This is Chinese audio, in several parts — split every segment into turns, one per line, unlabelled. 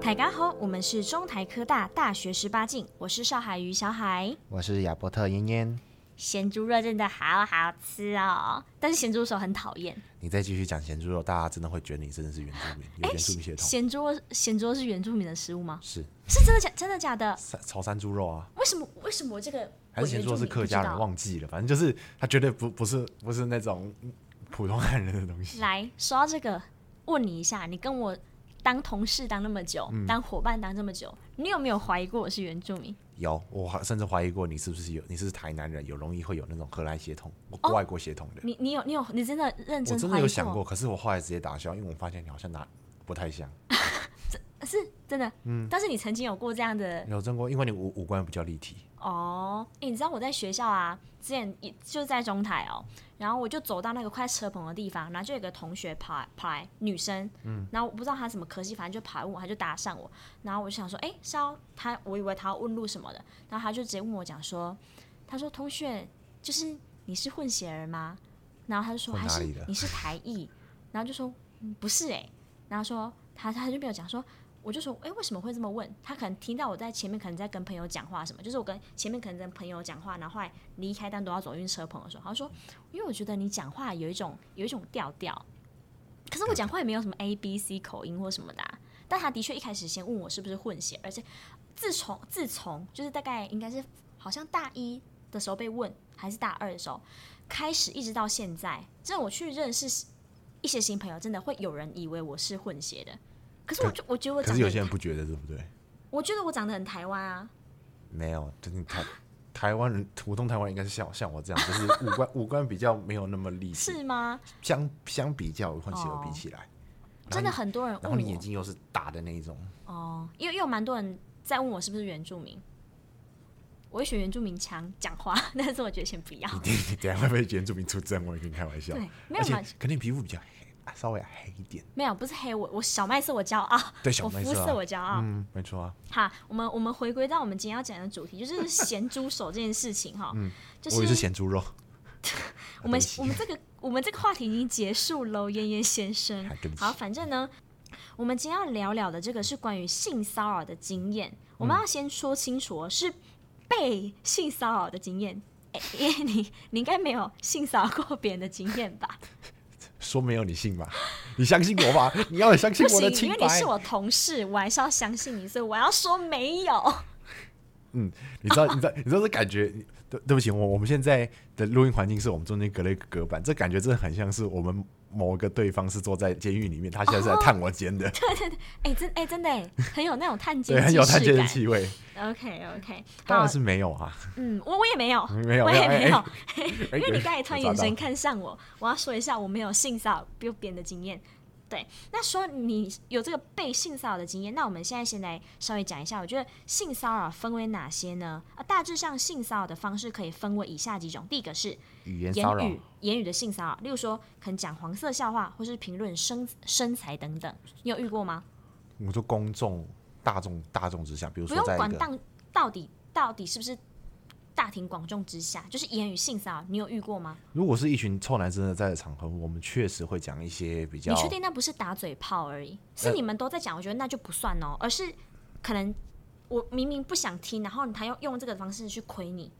大家好，我们是中台科大大学十八禁，我是邵海瑜小海。
我是亚伯特嫣嫣，
咸猪肉真的好好吃哦，但是咸猪手很讨厌。
你再继续讲咸猪肉，大家真的会觉得你真的是原住民，
哎
有原住民血统。
咸猪肉咸猪肉是原住民的食物吗？
是
是真的假真的假的？
潮潮汕猪肉啊，
为什么为什么我这个
还是咸猪肉是客家人？
我原住民不知道
忘记了，反正就是他绝对不不是不是那种普通汉人的东西。
来说到这个，问你一下，你跟我当同事当那么久，
嗯
当伙伴当这么久，你有没有怀疑过我是原住民？
有，我还甚至怀疑过你是不是有你是不是台南人，有容易会有那种荷兰血统、或外国血统的。
你你有你有你真的认
我
哦嗯真
真
怀
的
疑
有想过，可是我后来直接打消，因为我发现你好像哪不太像。
是真的，
嗯
但是你曾经有过这样的
有真过，因为你五五官比较立体，
哦，诶，你知道我在学校啊，之前也就在中台哦，然后我就走到那个快车棚的地方，然后就有个同学跑来跑来，女生，嗯，然后我不知道她什么科系，反正就跑来问我，她就搭上我，然后我就想说，诶，是要她，我以为她要问路什么的，然后她就直接问我讲说，她说同学，就是你是混血儿吗？然后她就说
混
还
哪
是
里的
你是台裔，然后就说、嗯、不是诶，然后说她她就没有讲说我就说，哎、为什么会这么问？他可能听到我在前面可能在跟朋友讲话什么，就是我跟前面可能跟朋友讲话，然后后来离开单独要走运车棚的时候，他说，因为我觉得你讲话有一种有一种调调，可是我讲话也没有什么 A B C 口音或什么的啊、但他的确一开始先问我是不是混血，而且自从自从就是大概应该是好像大一的时候被问，还是大二的时候开始，一直到现在，真的我去认识一些新朋友，真的会有人以为我是混血的。可是我就我觉得我
可
长得
是有
很
些人不觉得，对不对？
我觉得我长得很台湾啊，
没有，就是台台湾人，普通台湾人应该是像像我这样，就是五官五官比较没有那么立体，
是吗？
相相比较混血儿
哦
比起来，
真的很多人
然后
问
你眼
我
睛又是大的那一种，
哦，因为因为有蛮多人在问我是不是原住民，我会学原住民腔讲话， 但是我觉得先不要。
你你等一下会被原住民出征，我也跟你开玩笑。
对没有
而且
嘛
肯定皮肤比较黑，啊稍微黑一点。
没有，不是黑我，我小麦色我骄傲，
对小
我
麦
肤
色啊
色我骄傲。
嗯，没错啊。
好，我们我们回归到我们今天要讲的主题，就是咸猪手这件事情哈。就
嗯我也
是
是咸猪肉。 啊
我们
对不起
我们这个我们这个话题已经结束喽，燕燕先生
哎对不。起
好，反正呢，我们今天要聊聊的这个是关于性骚扰的经验。
嗯
我们要先说清楚、哦，是被性骚扰的经验。哎、 因为你你应该没有性骚扰过别人的经验 吧？
说没有你信吧？你相信我 吧？你要相信
不
我
行
的，清
因为你
白
是。我同事，我还是要相信你，所以我要说没有。
嗯，你知道，你知道，你知道这感觉？对，对不起，我我们现在的录音环境是我们中间隔了一个隔板，这感觉真的很像是我们某个对方是坐在监狱里面，他现在是来探
哦
我监 的，
哎、真哎、真的哎、很有那种探监
对，很有
既
探
视
监的
感
气味。
OK OK，
当
好
然，是没有啊，哎
嗯，我我也没有，
没有哎
我也
没有
没有，
因
因为你刚才突然眼神看向我，我要说一下我没有性骚扰别人的经验。对，那说你有这个被性骚扰的经验，那我们现在先来稍微讲一下，我觉得性骚扰分为哪些呢？啊，大致上性骚扰的方式可以分为以下几种：第一个是
语言骚
言
扰
语，言语的性骚扰，例如说可能讲黄色笑话，或是评论身身材等等，你有遇过吗？
我说公众大众大众之下，比如
不
说
用
在
管
一个
当到底到底是不是大庭广众之下，就是言语性骚扰，你有遇过吗？
如果是一群臭男生的在的场合，我们确实会讲一些比较
你确定那不是打嘴炮而已？
呃
是你们都在讲，我觉得那就不算哦，而是可能我明明不想听，然后他又用这个方式去亏你，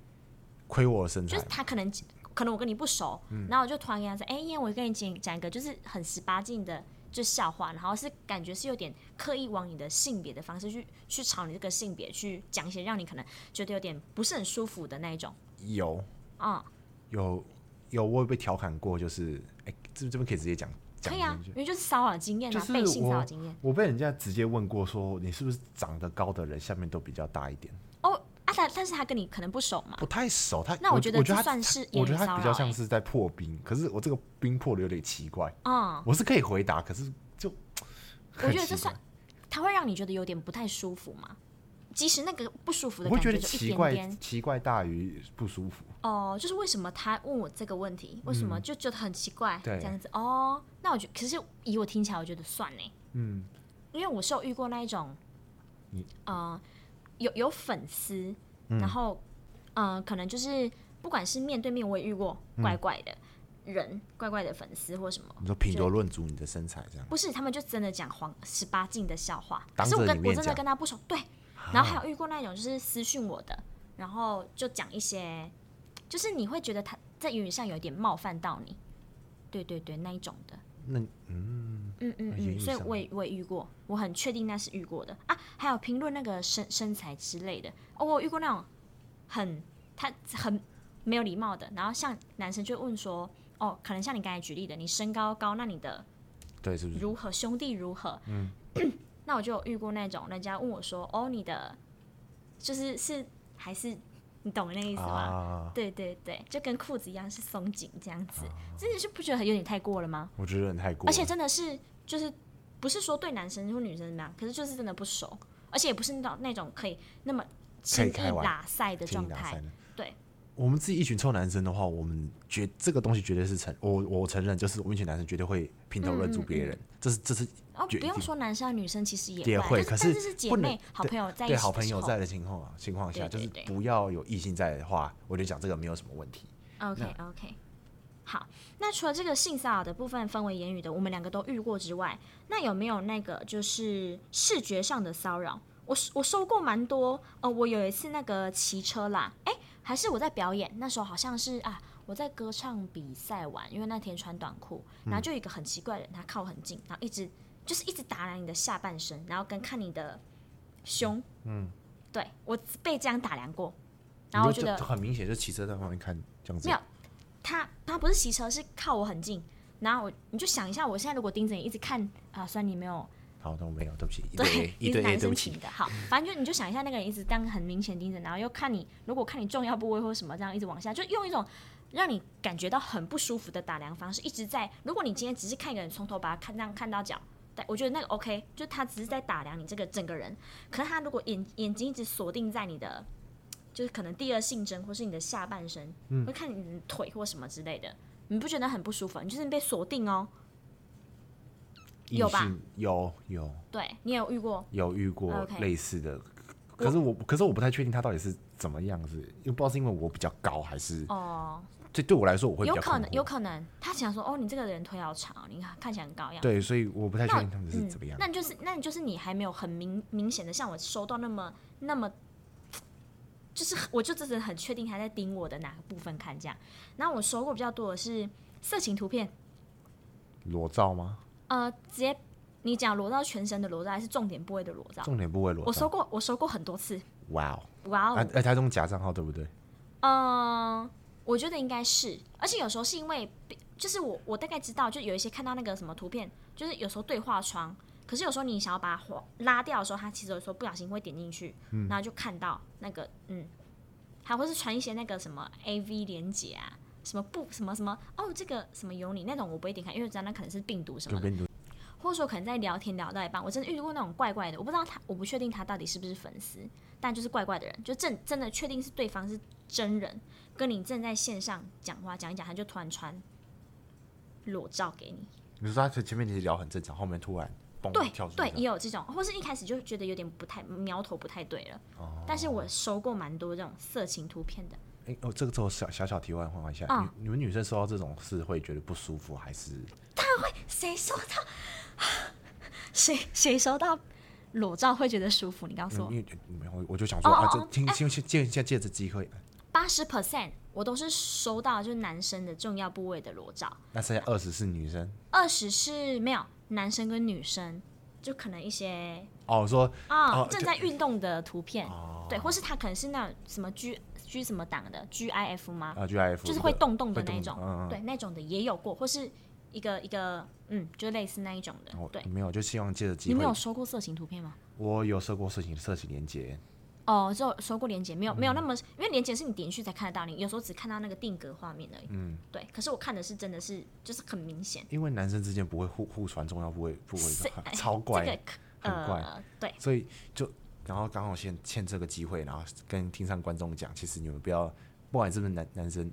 亏我的身
就
材
是，他可能可能我跟你不熟，
嗯
然后我就突然跟他说，哎、燕，我跟你讲讲一个就是很十八禁的。就笑话，然后是感觉是有点刻意往你的性别的方式去去朝你这个性别去讲一些让你可能觉得有点不是很舒服的那一种
有
啊、
有有我有被调侃过，就是哎、这这边可以直接讲，讲
可以啊
进，去
因为就是骚扰经验啊，
就是
被性骚扰
我
经验
我被人家直接问过说，你是不是长得高的人下面都比较大一点？
哦啊，但但是他跟你可能不熟嘛，
不太熟，他
那我
我
觉
觉
得
我觉
这
得他
算是言语
我觉得他比
骚扰
较
欸
像是在破冰，可是我这个冰破的有点奇怪，
嗯，
我是可以回答，可是就
我
很
觉得
奇
这
怪
算，它会让你觉得有点不太舒服嘛？即使那个不舒服的
我会
感
觉得
就一
奇
点
怪，
点
奇怪大于不舒服。
哦、就是为什么他问我这个问题，为什么就觉得很奇怪、
嗯对
这样子哦？那我觉可是以我听起来，我觉得算呢，
嗯，
因为我是有遇过那一种，
你嗯
呃，有有粉丝，然后呃，可能就是不管是面对面，我也遇过
嗯
怪怪的人、怪怪的粉丝或什么，
你说评头论足你的身材这样，
不是，他们就真的讲黄十八禁的笑话，可
当
是我
着
跟
你
我
面
真的
讲啊
跟他不熟，对。然后还有遇过那种就是私讯我的，然后就讲一些，就是你会觉得他在言语上有一点冒犯到你，对对对，那一种的，
那嗯，
嗯嗯
啊言
嗯，
语
所以
上
我也我也遇过，我很确定那是遇过的啊。还有评论那个身身材之类的，哦，我有遇过那种很他很没有礼貌的，然后像男生就问说，哦，可能像你刚才举例的，你身高高，那你的啊
对，是不是？
如何，兄弟如何。嗯， 那我就有遇过那种人家问我说：“哦，你的就是是还是你懂那个意思吗？”
啊，
对对对，就跟裤子一样是松紧这样子，真的是不觉得有点太过了吗？
我觉得有点太过了。
而且真的是就是不是说对男生或女生怎么样，可是就是真的不熟，而且也不是那种那种可以那么轻易
开玩
拉塞的
建议
状
拿
态
三。的
对，
我们自己一群臭男生的话，我们绝这个东西绝对是承我我承认，就是我们一群男生绝对会评头
嗯
论足别人，这是这是
哦，
绝
不用说男生啊女生其实也
也
会
会，
啊，
可
但是但是姐
不能
妹、好
对
朋友在一起
对
的时
好
候，
朋友在的情况情况
对
下，就
对
是
对
不要有异性在的话，我就讲这个没有什么问题。
OK OK，好。那除了这个性骚扰的部分分为言语的，我们两个都遇过之外，那有没有那个就是视觉上的骚扰？我我收过蛮多，呃，我有一次那个骑车啦，哎、还是我在表演，那时候好像是啊，我在歌唱比赛玩，因为那天穿短裤，然后就有一个很奇怪的人，他靠很近，然后一直就是一直打量你的下半身，然后跟看你的胸，嗯，对我被这样打量过，然后
你
我
就
觉得
就很明显，就骑车在旁边看这样子
没有，他他不是骑车，是靠我很近。然后我你就想一下，我现在如果盯着你一直看啊，虽然你没有
好，那我没有，对不起，一对
对
A，，
你
一
是
对 A，
男
对
生
不
请
起，
的，好，反正就你就想一下那个人一直当很明显盯着，然后又看你，如果看你重要部位或什么这样一直往下，就用一种让你感觉到很不舒服的打量方式，一直在。如果你今天只是看一个人从头把他看这样看到脚。但我觉得那个 OK，就他只是在打量你这个整个人，可是他如果眼眼睛一直锁定在你的，就是可能第二性征或是你的下半身，
嗯
会看你的腿或什么之类的，你不觉得很不舒服？你就是被锁定哦。
异
有吧
性有有
对你也有遇过，
有遇过
OK
类似的，可是我可是我不太确定他到底是怎么样子，又不知道是因为我比较高还是
哦，
对对我来说我会比
有
较
可
困
能，
惑
有可能，他想说，哦，你这个人腿好长哦，你看看起来很高样。
对，所以我不太确
那我
定他们是怎么样
嗯。。那你就是，那你就是你还没有很明明显的像我收到那么那么，就是我就真的很确定他在盯我的哪个部分看这样。然后我收过比较多的是色情图片，
裸照吗？
呃，直接你讲裸照全身的裸照还是重点部位的裸照？
重点部位裸
我
照
收。过，我收过很多次。
哇哦！
哇哦
哎，哎，他用假账号对不对？
嗯，我觉得应该是，而且有时候是因为，就是我我大概知道，就有一些看到那个什么图片，就是有时候对话窗，可是有时候你想要把它划拉掉的时候，它其实有时候不小心会点进去，然后就看到那个嗯，还会是传一些那个什么 A V 连接啊，什么不什么什么哦，这个什么有你那种我不会点开，因为我知道那可能是病毒什么
就
的。
跟你
或者说可能在聊天聊到一半，我真的遇过那种怪怪的，我不知道他，我不确定他到底是不是粉丝，但就是怪怪的人，就真真的确定是对方是真人，跟你正在线上讲话讲一讲，他就突然传裸照给你，
你说他前前面其实聊很正常，后面突然嘣
对
哦跳出
对
来，，
也有这种，或是一开始就觉得有点不太苗头不太对了，
哦
但是我收过蛮多这种色情图片的，
哎，哦，这个时候小小小题外话一下，
嗯
你你们女生收到这种事会觉得不舒服，还是
谁收到？ 谁谁收到裸照会觉得舒服？你告诉我
因，为没有，我我就想说
哦
啊，
哦
这
哦
听听借借借借这机会，
八十 percent 我都是收到就是男生的重要部位的裸照。
那剩下二十是女生
二十是没有男生跟女生，就可能一些
哦，我说
啊、
哦
正在运动的图片，对，或是他可能是那什么 G G 什么党的 GIF 吗？
啊 G I F
就是会动动的那
会
一
动
种，
的嗯嗯
对，那种的也有过，或是一个一个嗯，就类似那一种的，对。
哦没有，就希望借着
你
机
们
会
有，收过色情图片吗？
我有设过色情色情连接，
哦，只有收过连接，没有
嗯
没有那么，因为连接是你点进去才看得到，你有时候只看到那个定格画面而已。嗯，对。可是我看的是真的是就是很明显，
因为男生之间不会互互传重要部位部位
是
的，超怪
这个可
很怪
呃，对，
所以就然后刚好现欠这个机会，然后跟听上观众讲，其实你们不要，不管是不是男男生，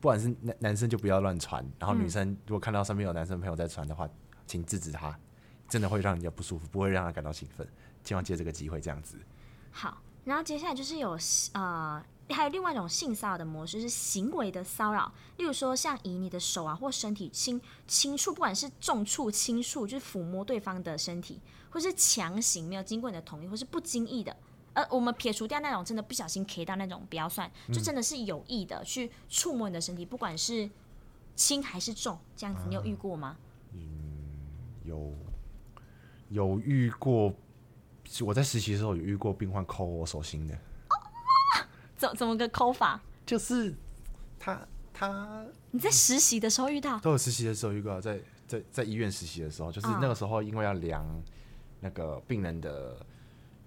不管是男男生就不要乱传，然后女生如果看到身边有男生朋友在传的话，请制止他，真的会让人家不舒服，不会让他感到兴奋，千万借这个机会这样子。
好，然后接下来就是有呃，还有另外一种性骚扰的模式是行为的骚扰，例如说像以你的手啊或身体轻轻触，不管是重触、轻触，就是抚摸对方的身体，或是强行没有经过你的同意，或是不经意的。呃，我们撇除掉那种真的不小心 K 到那种不要算，就真的是有意的去触摸你的身体，不管是轻还是重，这样子你有遇过吗？
有有遇过，我在实习的时候有遇过病患抠我手心的，
怎怎么个抠法？
就是他他
你在实习的时候遇到？
都有实习的时候遇过，啊在在在医院实习的时候，就是
嗯
那个时候因为要量那个病人的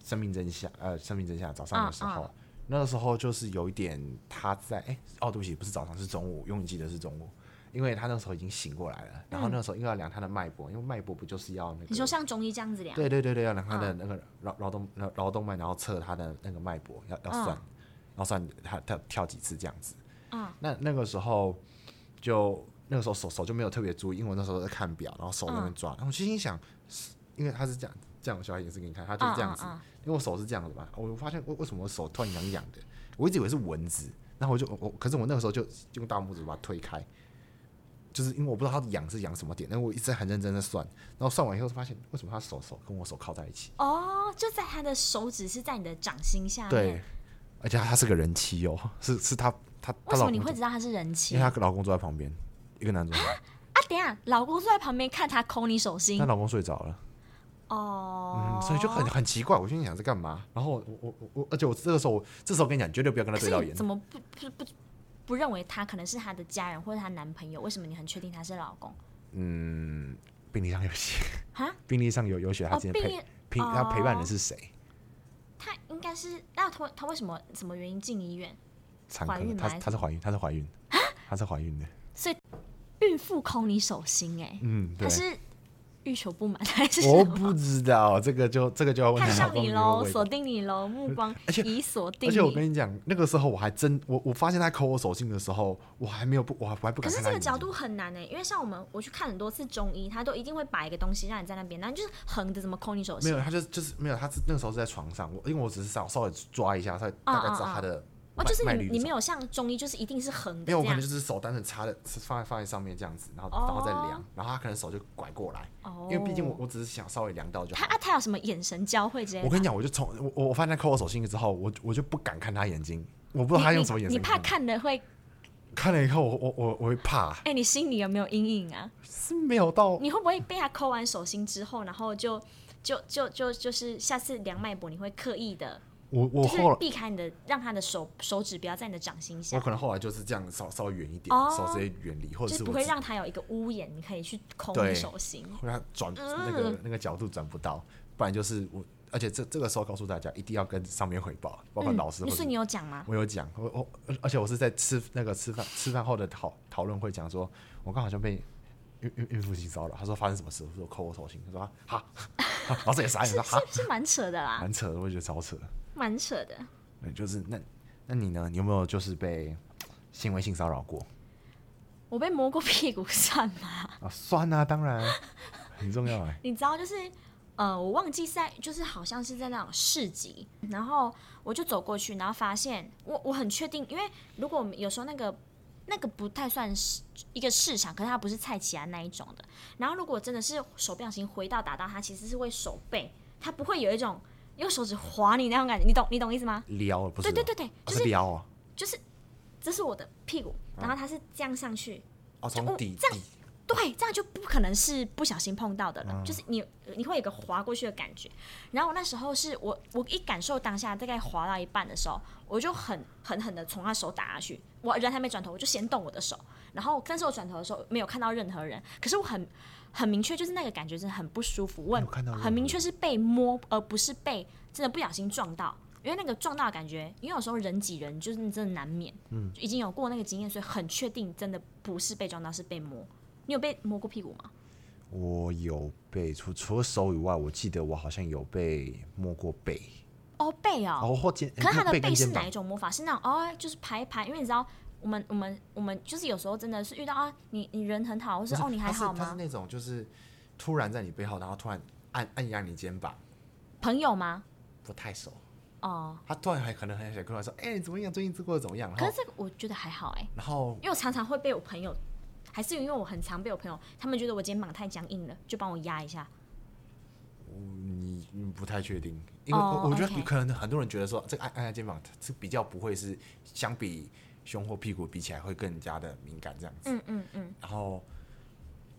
生命真相，呃，生命真相，早上的时候，
嗯
那个时候就是有一点他在，哎、哦，对不起，不是早上，是中午，永远记得是中午，因为他那个时候已经醒过来了，然后那个时候因为要量他的脉搏，因为脉搏不就是要那个，
嗯你说嗯像中医这样子量？
对对对对，要量他的那个桡桡动桡桡动脉，然后测他的那个脉搏，要要算，然后算他他跳几次这样子。
嗯，
那那个时候就那个时候手手就没有特别注意，因为我那时候在看表，然后手在那边抓，
嗯
然后我心心想，因为他是这样这样，我小孩也是给你看，他就是这样子，
嗯嗯嗯
因为我手是这样子嘛，我发现为为什么我手突然痒痒的，我一直以为是蚊子，然后我就我我可是我那个时候就用大拇指把它推开。就是因为我不知道他痒是痒什么点，但我一直很认真的算，然后算完以后发现为什么他手手跟我手靠在一起，
哦，就在他的手指是在你的掌心下面。
对，，而且他是个人妻哦，是是他他
为
他
什
老
么你
公
会
坐，
知道他是人妻？
因为她老公坐在旁边，一个 男主人。
啊，等一下，老公坐在旁边看他抠你手心
但老公睡着了，
哦、
嗯，所以就很很奇怪，我心里想在干嘛？然后我我我我，而且我这个时候我这时候跟你讲，绝对不要跟他
可
对
是
到
你
眼
怎。么不不不不认为他可能是他的家人或者他男朋友？为什么你很确定他是老公？
嗯，病历上有写，
哈，
病历上有有写他
哦
今天
病
陪
历哦
陪他陪伴人是谁？
他应该是那他他为什么什么原因进医院？
产
怀
科的，
孕
她
吗
她是怀孕，她是怀孕， 她是怀孕的。
孕妇抠你手心、欸，哎、
嗯，对
他。是欲求不满还是
我
什么
不知道这个就这个就要问
看
她老
上
公
你
有
喽，
没有
锁
喂
定你喽，目光
而且
已锁定
而
你。
且我跟你讲，那个时候我还真我我发现他抠我手心的时候，我还没有不我还我还不
可
敢
是
看
这
他
个
眼睛。
角度很难呢、欸因为像我们我去看很多次中医，他都一定会摆一个东西让你在那边，然后就是横着怎么抠你手
没
心。
有，他就就是没有，他是那个时候是在床上，我因为我只是稍稍微抓一下，他大概知道他的
哦，
脉
就是
脉
你
率
你
是
没有像中医，就是一定是横
没
的
有，
这
我可能
样
就。是手单纯插在放在放在上面这样子，然后然后再量，然后他可能手就拐过来，
哦
因为毕竟我我只是想稍微量到就好
他。啊，他有什么眼神交汇之类的？
我跟你讲，我就从我我我发现他抠我手心之后，我我就不敢看他眼睛，我不知道他用什么眼
你
神
你怕
看
看了会，
我，看了以后我我我我会怕，
哎、你心里有没有阴影啊？
是没有到
你会不会被他抠完手心之后，然后就就就就就是下次量脉搏，你会刻意的，
我我
就是
后来
避开你的，让他的手手指不要在你的掌心
我
下，
可能后来就是这样稍稍微远一点，
哦
手直接远离，或者
就是是
我
不会
自己
让他有一个屋檐，你可以去抠
对
你手心。
会让它转
嗯
那个那个角度转不到，不然就是我，而且这这个时候告诉大家，一定要跟上面汇报，包括老
嗯
师
你
或
所
者
以你有讲吗？
我有讲，我我而而且我是在吃那个吃饭吃饭后的讨讨论会讲说，我刚好像被孕孕孕妇性骚扰，他说发生什么事，我说抠我手心，他说哈， 哈老师也傻眼说 哈，
是蛮扯的啦，
蛮扯的，我觉得超扯的，
蛮扯的。
对，就是那那你呢，你有没有就是被行为性骚扰过
我被摸过屁股算吗？
啊？算啊，当然很重要哎、
你知道，就是呃，我忘记是在，就是好像是在那种市集，然后我就走过去，然后发现我我很确定，因为如果我们有时候那个那个不太算是一个市场，可是它不是菜奇啊那一种的。然后如果真的是手不小心挥到打到它，其实是会手背，它不会有一种用手指划你那种感觉，你懂你懂意思吗？
撩不是
对对
吗
对对，
啊
就是是
撩哦，
就是这是我的屁股，然后它是这样上去，
哦从
哦
底
这样
底
对，这样就不可能是不小心碰到的了，就是你呃你会有一个滑过去的感觉。然后我那时候是我我一感受当下大概滑到一半的时候，我就很狠狠的从他手打下去，我人还没转头，我就先动我的手，然后但是我转头的时候没有看到任何人，可是我很很明确就是那个感觉真的很不舒服，我很
没有看到任何
很明确是被摸，而不是被真的不小心撞到。因为那个撞到的感觉，因为有时候人挤人，就是真的难免，嗯，已经有过那个经验，所以很确定真的不是被撞到，是被摸。你有被摸过屁股吗？
我有被除除了手以外，我记得我好像有被摸过背，
哦背哦，
哦，或肩，诶
可是他
那
的
背跟
背是
肩
哪
膀
一，种魔法？是那种哦，就是排一排，因为你知道，我们我们我们就是有时候真的是遇到啊，你你人很好，或是
不
哦你还
他是
好
他是
吗？
那种就是突然在你背后，然后突然按按压你肩膀，
朋友吗？
不太熟。
哦，
他突然还可能很想跟我说：“哎、你怎么样？最近过得怎么样？”然
可是
后，
这个我觉得还好哎、
然后
因为我常常会被我朋友，还是因为我很常被我朋友，他们觉得我肩膀太僵硬了，就帮我压一下。
你你不太确定，因为
哦
我我觉
OK
得可能很多人觉得说这个按哎按压肩膀是比较不会是相比胸或屁股比起来会更加的敏感这样子。
嗯嗯嗯，
然后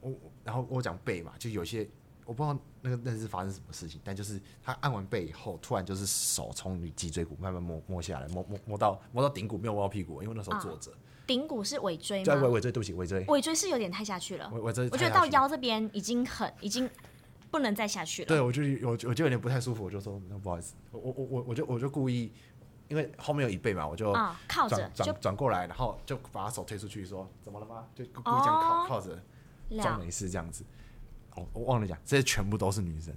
我然后我讲背嘛，就有些我不知道那个那是发生什么事情，但就是他按完背以后，突然就是手从你脊椎骨慢慢摸摸下来，摸摸摸到摸到顶骨，没有摸到屁股，因为那时候
啊
坐着。
顶骨是尾椎
对，尾
吗？
尾椎，对不起，尾椎，
尾椎是有点太下去了，
尾尾椎
我
太
觉得
下
到
去了
腰这边已经很已经不能再下去了。
对，我就有我就我就有点不太舒服，我就说那不好意思，我我我我我就我就故意，因为后面有椅背嘛，我就
啊靠着
转
就
转转过来，然后就把他手推出去说怎么了吗？就故故意这样靠、
哦
靠着
了
装没事这样子。哦，我忘了讲，这些全部都是女生，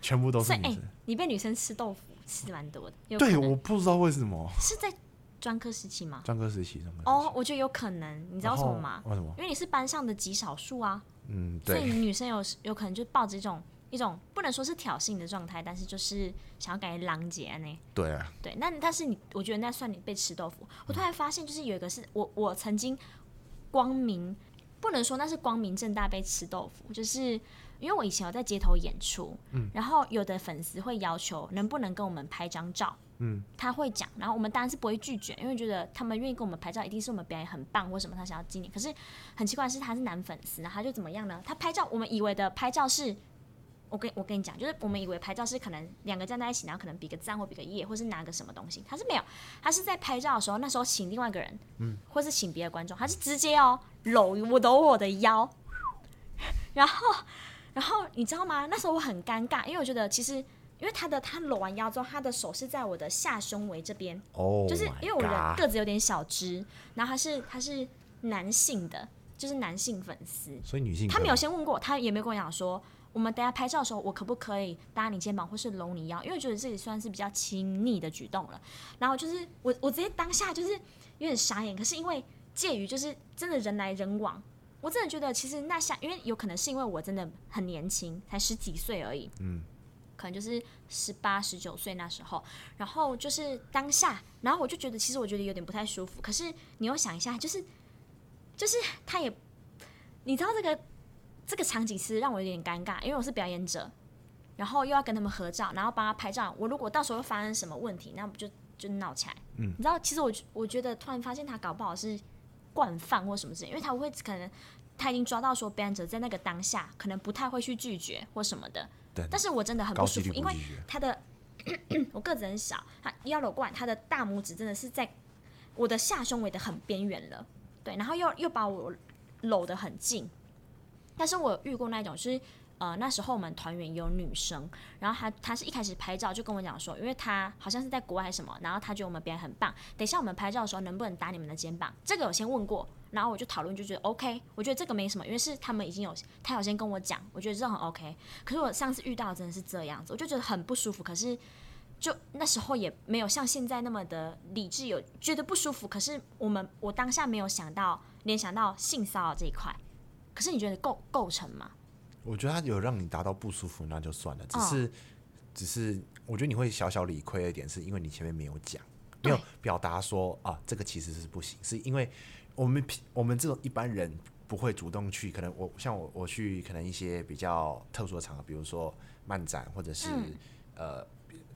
全部都
啊所
是
以
女
哎、
生。
你被女生吃豆腐吃蛮多的，有可
对，
能
我不知道为什么
是在专科时期吗？
专科时期，专科时期
哦，我觉得有可能，你知道为什么吗
然？后为什么？
因为你是班上的极少数啊，
嗯，
所以
对，
女生有有可能就抱着一种一种不能说是挑衅的状态，但是就是想要感觉狼藉呢。
对啊，
对，那但是你，我觉得那算你被吃豆腐。我突然发现，就是有一个是我我曾经光明不能说那是光明正大被吃豆腐，就是因为我以前有在街头演出，然后有的粉丝会要求能不能跟我们拍张照，
嗯，
他会讲，然后我们当然是不会拒绝，因为觉得他们愿意跟我们拍照，一定是我们表演很棒或什么，他想要纪念。可是很奇怪的是，他是男粉丝，然后他就怎么样呢？他拍照，我们以为的拍照是我跟我跟你讲，就是我们以为拍照是可能两个站在一起，然后可能比个赞或比个耶，或是拿个什么东西，他是没有，他是在拍照的时候，那时候请另外一个人，嗯，或是请别的观众，他是直接哦搂我搂我的腰，然后 然后你知道吗？那时候我很尴尬，因为我觉得其实因为他的他搂完腰之后，他的手是在我的下胸围这边，
哦，
就是因为我人个子有点小只，然后他是他是男性的，就是男性粉丝，
所以女性
他
可
没有
能
先问过，他也没有跟我讲说，我们等一下拍照的时候，我可不可以搭你肩膀或是搂你腰？因为我觉得这里算是比较亲昵的举动了。然后就是我我直接当下就是有点傻眼，可是因为介于就是真的人来人往，我真的觉得其实那下，因为有可能是因为我真的很年轻，才十几岁而已，
嗯，
可能就是十八、十九岁那时候，然后就是当下，然后我就觉得，其实我觉得有点不太舒服。可是你又想一下，就是就是他也，你知道这个这个场景是让我有点尴尬，因为我是表演者，然后又要跟他们合照，然后帮他拍照。我如果到时候发生什么问题，那不就就闹起来？嗯，你知道，其实我我觉得突然发现他搞不好是惯犯或什么之类，因为他会可能。他已经抓到说表演者在那个当下可能不太会去拒绝或什么的，
对
但是我真的很
高
不舒
几率
服，因
不
为
拒绝。
他的 我个子很小，他腰搂过来，他的大拇指真的是在我的下胸围的很边缘了，对，然后又又把我搂得很近。但是我有遇过那种就是。呃，那时候我们团员有女生，然后她她是一开始拍照就跟我讲说，因为她好像是在国外还是什么，然后她觉得我们表演很棒，等一下我们拍照的时候能不能搭你们的肩膀？这个我先问过，然后我就讨论就觉得 OK，我觉得这个没什么，因为是他们已经有她有先跟我讲，我觉得这很 OK。可是我上次遇到的真的是这样子，我就觉得很不舒服。可是就那时候也没有像现在那么的理智，有觉得不舒服。可是我们我当下没有想到联想到性骚扰这一块。可是你觉得构构成吗？
我觉得他有让你达到不舒服，那就算了。只
哦
是，只是我觉得你会小小理亏的一点，是因为你前面没有讲，没
对
有表达说啊，这个其实是不行，是因为我们平我们这种一般人不会主动去，可能我像我我去可能一些比较特殊的场合，比如说漫展或者是、
嗯
呃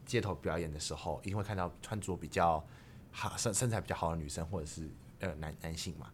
街头表演的时候，一定会看到穿着比较好、身身材比较好的女生或者是呃男男性嘛。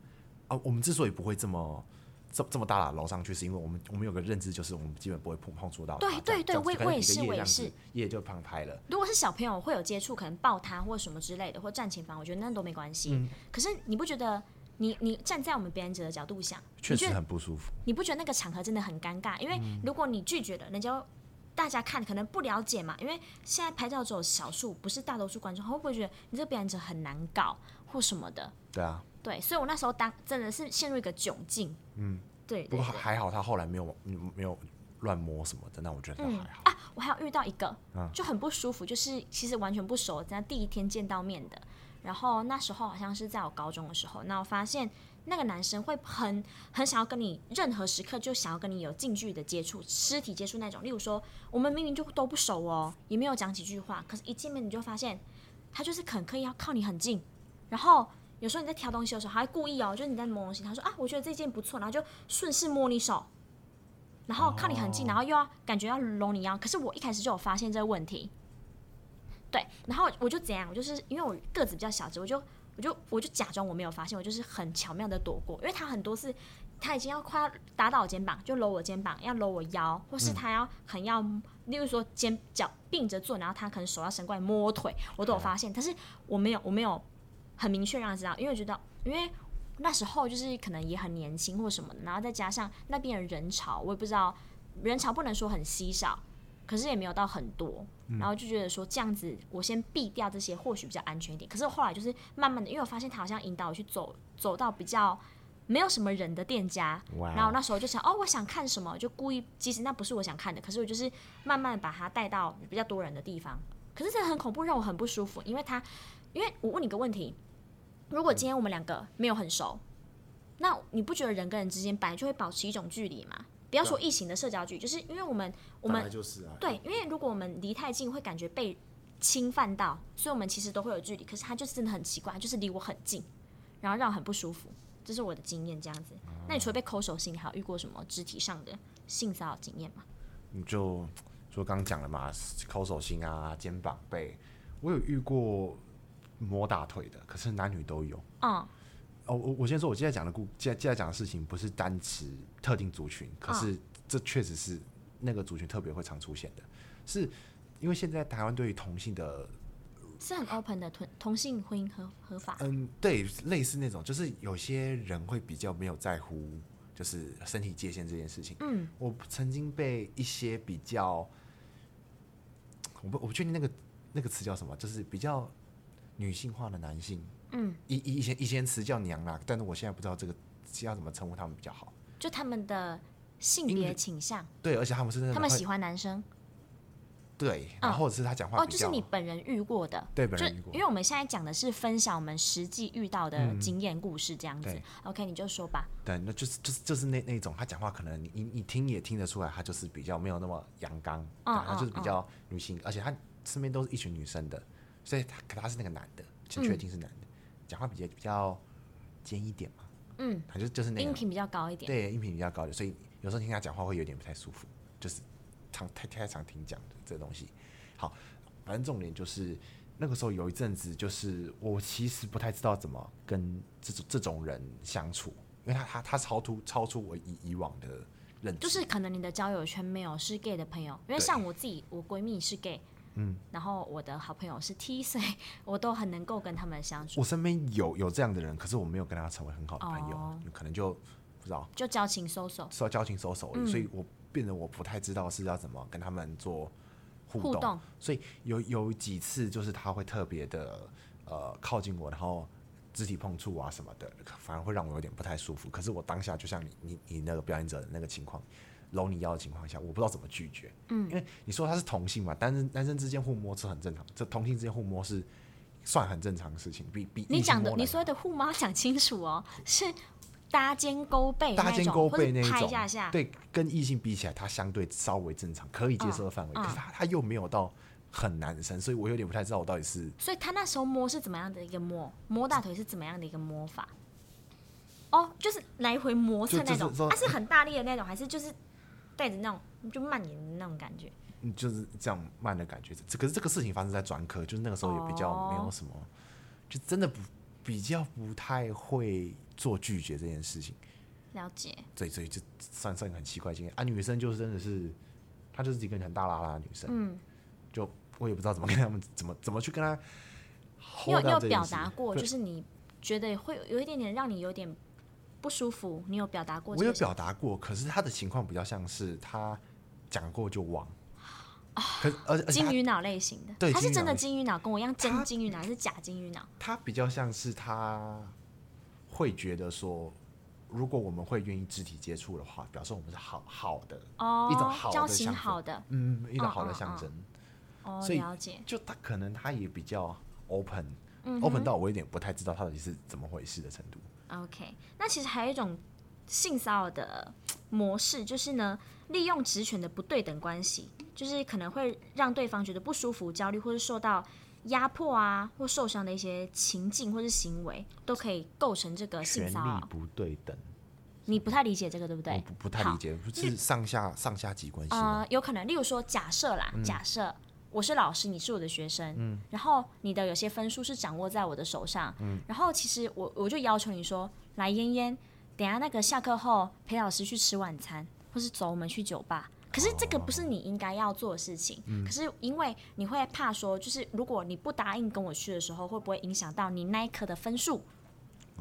啊，我们之所以不会这么这这么大打楼上去，是因为我们我们有个认知，就是我们基本不会碰碰触到它。
对对对
这样
我也
这样
我也是
可能你
我
的
也
叶这样子
是，
叶就旁拍了。
如果是小朋友会有接触，可能抱他或什么之类的，或站前方，我觉得那都没关系。可是你不觉得你你站在我们表演者的角度想，
确
你觉
实
得
很不舒服，
你不觉得那个场合真的很尴尬？因为如果你拒绝了，人家大家看可能不了解嘛，因为现在拍照只有少数，不是大多数观众，他会不会觉得你这个表演者很难搞或什么的？
对啊。
对，所以我那时候当真的是陷入一个窘境。嗯，对
不
对
过
对
还还好，他后来没有没有乱摸什么的，那我觉得还好。
啊，我还有遇到一个，就很不舒服，就是其实完全不熟，在第一天见到面的。然后那时候好像是在我高中的时候，那我发现那个男生会很很想要跟你任何时刻就想要跟你有近距离的接触，肢体接触那种。例如说，我们明明就都不熟哦，也没有讲几句话，可是一见面你就发现他就是很刻意要靠你很近，然后。有时候你在挑东西的时候，他会故意哦，就是你在摸东西，他说啊，我觉得这件不错，然后就顺势摸你手，然后靠你很近，
哦
然后又要感觉要搂你一样。可是我一开始就有发现这个问题，对，然后我就怎样，我就是因为我个子比较小只，我就我就我就假装我没有发现，我就是很巧妙的躲过，因为他很多次他已经要快要打到我肩膀，就搂我肩膀，要搂我腰，或是他要很要，例如说肩脚并着坐，然后他可能手要伸过来摸我腿，我都有发现，但是我没有我没有很明确让他知道，因为我觉得因为。那时候就是可能也很年轻或什么的，然后再加上那边的人潮，我也不知道人潮不能说很稀少，可是也没有到很多，
嗯
然后就觉得说这样子，我先避掉这些或许比较安全一点。可是后来就是慢慢的，因为我发现他好像引导我去走走到比较没有什么人的店家
哇哦
然后那时候就想哦，我想看什么，就故意其实那不是我想看的，可是我就是慢慢地把他带到比较多人的地方。可是这很恐怖，让我很不舒服，因为他，因为我问你个问题，如
嗯
果今天我们两个没有很熟，那你不觉得人跟人之间本来就会保持一种距离吗？不要说
啊
疫情的社交距离，就是因为我们我
本
们
来就是啊，
对，因为如果我们离太近，会感觉被侵犯到，所以我们其实都会有距离。可是他就是真的很奇怪，就是离我很近，然后让我很不舒服。这是我的经验，这样子。
哦
那你除了被抠手心，你还有遇过什么肢体上的性骚扰经验吗？
你就就刚讲了嘛，抠手心啊、肩膀背，我有遇过摸大腿的，可是男女都有。
嗯，
哦，我我先说，我现在讲的故，现在现在讲的事情不是单指特定族
嗯
群，可是这确实是那个族群特别会常出现的，是因为现在台湾对于同性的，
是很 open 的同同性婚姻合合法。
嗯，对，类似那种，就是有些人会比较没有在乎，就是身体界限这件事情。
嗯，
我曾经被一些比较，我不我不确定那个那个词叫什么，就是比较女性化的男性，
嗯，
以以以前以前词叫娘啦，但是我现在不知道这个要怎么称呼他们比较好。
就他们的性
因
别
为
倾向，
对，而且他们是真的
他们
会
喜欢男生
对，
嗯
然后或者是他讲话
哦，
比
就是
较、
你本人遇过的。
对本
就
人遇过嗯
因为我们现在讲的是分享我们实际遇到的经验故事这样子
对。
OK，你就说吧。
对，那就是就是就是那那种他讲话可能你你你听也听得出来，他就是比较没有那么阳刚，
嗯
对他就是
嗯
比较女性，而且他身边都是一群女生的，所以他可他是那个男的，就
嗯
确定是男的，讲话比较比较尖一点嘛，
嗯，
他就就是那
音
个
频比较高一点。
对音频比较高的，所以有时候听他讲话会有点不太舒服，就是常太太常听讲的这东西。好，反正重点就是那个时候有一阵子，就是我其实不太知道怎么跟这种这种人相处，因为他他他超出超出我以以往的认知，
就是可能你的交友圈没有是 gay 的朋友，因为
对
像我自己，我闺蜜是 gay，嗯，然后我的好朋友是 T，所以我都很能够跟他们相处，
我身边有有这样的人，可是我没有跟他成为很好的朋友，
哦
可能就不知道
就交情收手。
受到交情收手了，所以
嗯
我变得我不太知道是要怎么跟他们做互
互
动，
动
所以有有几次就是他会特别的呃靠近我，然后肢体碰触啊什么的，反而会让我有点不太舒服。可是我当下就像你你你那个表演者的那个情况，搂你腰的情况下，我不知道怎么拒绝，嗯，因为你说他是同性嘛，单身男生之间互摸是很正常，这同性之间互摸是算很正常的事情，比比
你
异性
讲的
摸来
你说的互猫讲清楚哦，是搭肩勾背
搭
那
肩
种，
勾背那
或者
一种，
拍一下下，
对，跟异性比起来，它相对稍微正常，可以接受的范围。
嗯
可是它它又没有到很男生，所以我有点不太知道我到底是
所以他那时候摸是怎么样的一个摸？摸大腿是怎么样的一个摸法？哦，就是来回磨蹭那
就
种
就是，说
啊、是很大力的那种，还是就是带着那种就蔓延的那种感觉？
嗯就是这样慢的感觉。这可是这个事情发生在专科，就是那个时候也比较
哦
没有什么，就真的不比较不太会做拒绝这件事情。
了解，
对，所以就算算一个很奇怪的经验啊。女生就真的是，她就是一个很大拉拉的女生，
嗯，
就我也不知道怎么跟他们怎么怎么去跟她。
你有你有表达
达
过，就是你觉得会有有一点点让你有点不舒服，你有表达过这
我有
个事？
表达过，可是他的情况比较像是他讲过就忘，可是而且而且
啊金
他
鱼脑类型的，
对
他是真的
金
金鱼脑，跟我一样真
他
金鱼脑，还是假金鱼脑？
他比较像是他会觉得说如果我们会愿意肢体接触的话，表示我们是好好的，
哦，
一种好的
交
象
情
征
好的，
嗯，一种
嗯
好的
嗯
象
嗯
征。
哦，
所以
了解，
就他可能他也比较 open，open、
嗯
open 到我有点不太知道他到底是怎么回事的程度。
OK，那其实还有一种性骚扰的嘖模式，就是呢，利用职权的不对等关系，就是可能会让对方觉得不舒服、焦虑，或是受到压迫啊或受伤的一些情境或是行为，都可以构成这个性
权
骚
力
扰。
不对等，
你不太理解这个，对不对？
我不不太
好
理解，不是上下上下级关系吗？嗯
呃，有可能，例如说，假设啦，假设我是老师，你是我的学生，然后你的有些分数是掌握在我的手上，
嗯
然后其实我我就要求你说，来嫣嫣，等一下那个下课后陪老师去吃晚餐，或是走我们去酒吧。可是这个不是你应该要做的事
哦
情，
嗯
可是因为你会怕说，就是如果你不答应跟我去的时候，会不会影响到你那一科的分数？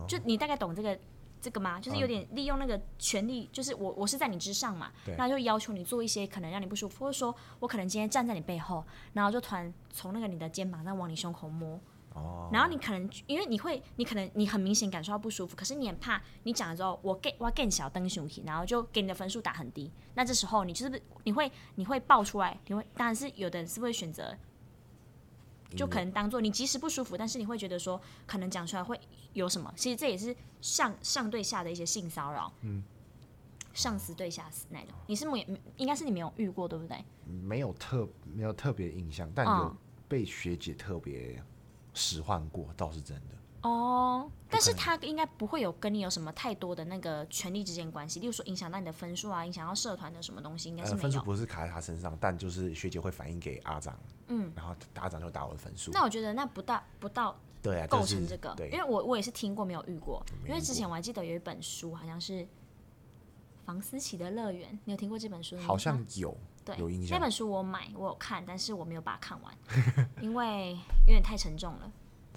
就
哦
你大概懂这个这个吗？就是
嗯
有点利用那个权利，就是我我是在你之上嘛
对，
那就要求你做一些可能让你不舒服，或者说我可能今天站在你背后，然后就突然从那个你的肩膀上往你胸口摸，
哦，
然后你可能因为你会，你可能你很明显感受到不舒服，可是你很怕你讲了之后，我 get 我 get 小灯熊体，然后就给你的分数打很低，那这时候你就是不你会你会爆出来，你会当然是有的人是会选择。就可能当做你即使不舒服，但是你会觉得说，可能讲出来会有什么？其实这也是上上对下的一些性骚扰，嗯，上司对下司那种。你是没应该是你没有遇过，对不对？
没有特没有特别印象，但
嗯
有被学姐特别使唤过，倒是真的。
哦，但是他应该不会有跟你有什么太多的那个权利之间关系，例如说影响到你的分数啊，影响到社团的什么东西，应该是
呃，
没
分数
有。
不是卡在他身上，但就是学姐会反映给阿长，
嗯，
然后阿长就打我的分数。
那我觉得那不到不到
对啊，
构
是
成这个，因
对
为我我也是听过没有遇过，
没
因为
遇
之
过
前我还记得有一本书好像是。房思琪的乐园，你有听过这本书的名字吗？
好像有
对，
有印
那
象
本书我买，我有看，但是我没有把它看 完，因为有点太沉重了。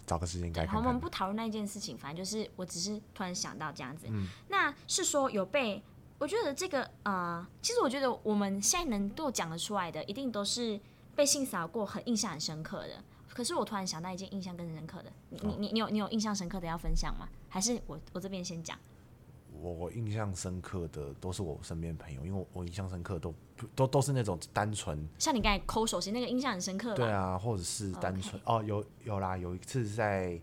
找个时间该
好，
看
我们
看。
不讨论那件事情，反正就是我只是突然想到这样子。
嗯
那是说有被，我觉得这个呃，其实我觉得我们现在能够讲得出来的，一定都是被性骚扰过，很印象很深刻的。可是我突然想到一件印象更深刻的，你你你你有你有印象深刻的要分享吗？还是我我这边先讲？
我印象深刻的都是我身边朋友，因为我我印象深刻都都都是那种单纯
像你刚才抠手心那个印象很深刻吧？
对啊，或者是单纯哦，有有啦，有一次是在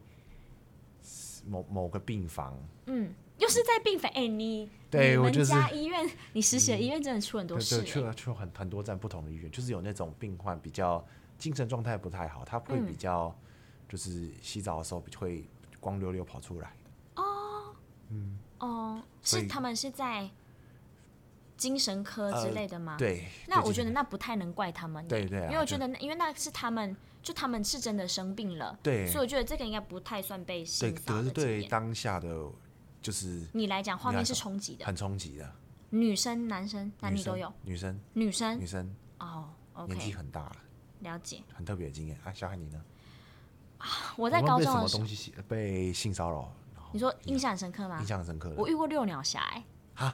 某某个病房，
嗯，又是在病房。哎、你
对
你
我
们
就是嗯
家医院，你实习的医院真的出很多
对
事、
对，去
欸。
了去了很很多站不同的医院，就是有那种病患比较精神状态不太好，他会比
嗯
较就是洗澡的时候会光溜溜跑出来，
哦，
所
是
以呃
他们是在精神科之类的吗？。
对，
啊那
对
我
就
觉得那不太能怪他们欸，
对对啊
因为我
就
觉得那，因为那是他们，就他们是真的生病了，
对
所以我觉得这个应该不太算被
对，
性骚
可
扰
是
的经
对
验。
当下的就是
你来讲，画
你来
面是
讲
冲击的，
很冲击的，
女生、男生、男
女
女都
生
有，
女生
女生
女生
哦
年纪
，OK，
很大了，
了解。
很特别的经验啊，小海你呢？
我
我
在高
被什
中
么
的时候
东，西吸被性骚扰，然后
你说印象很深刻吗
印？象很深刻的
我遇过六鸟侠，哎，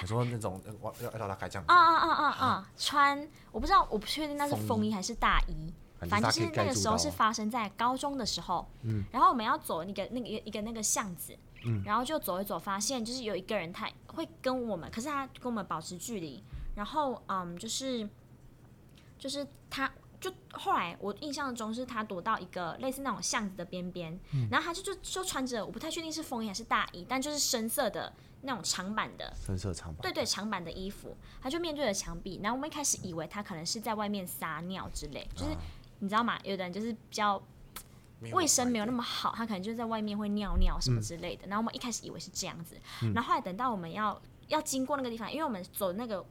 你说那种呃我要要打开这样
啊啊啊啊啊！穿我不知道，我不确定那是风衣还是大衣，
反正
反正
大
就
家可以
是那
盖
个
住
时候
到
是
啊
发生在高中的时候。嗯，然后我们要走那个那个一个那个巷子，嗯，然后就走一走，发现就是有一个人他会跟我们，可是他跟我们保持距离，然后嗯，就是就是他。就后来我印象中是他躲到一个类似那种巷子的边边，
嗯
然后他就就就穿着我不太确定是风衣还是大衣，但就是深色的那种长版的，
深色长发，
对对，长版的衣服，他就面对着墙壁。然后我们一开始以为他可能是在外面撒尿之类，就是、你知道吗？有的人就是比较
没有嗯
卫生没有那
白
么好，他可能就在外面会尿尿什么之类的。然后我们一开始以为是这样子，
嗯
然后后来等到我们要要经过那个地方，因为我们走那个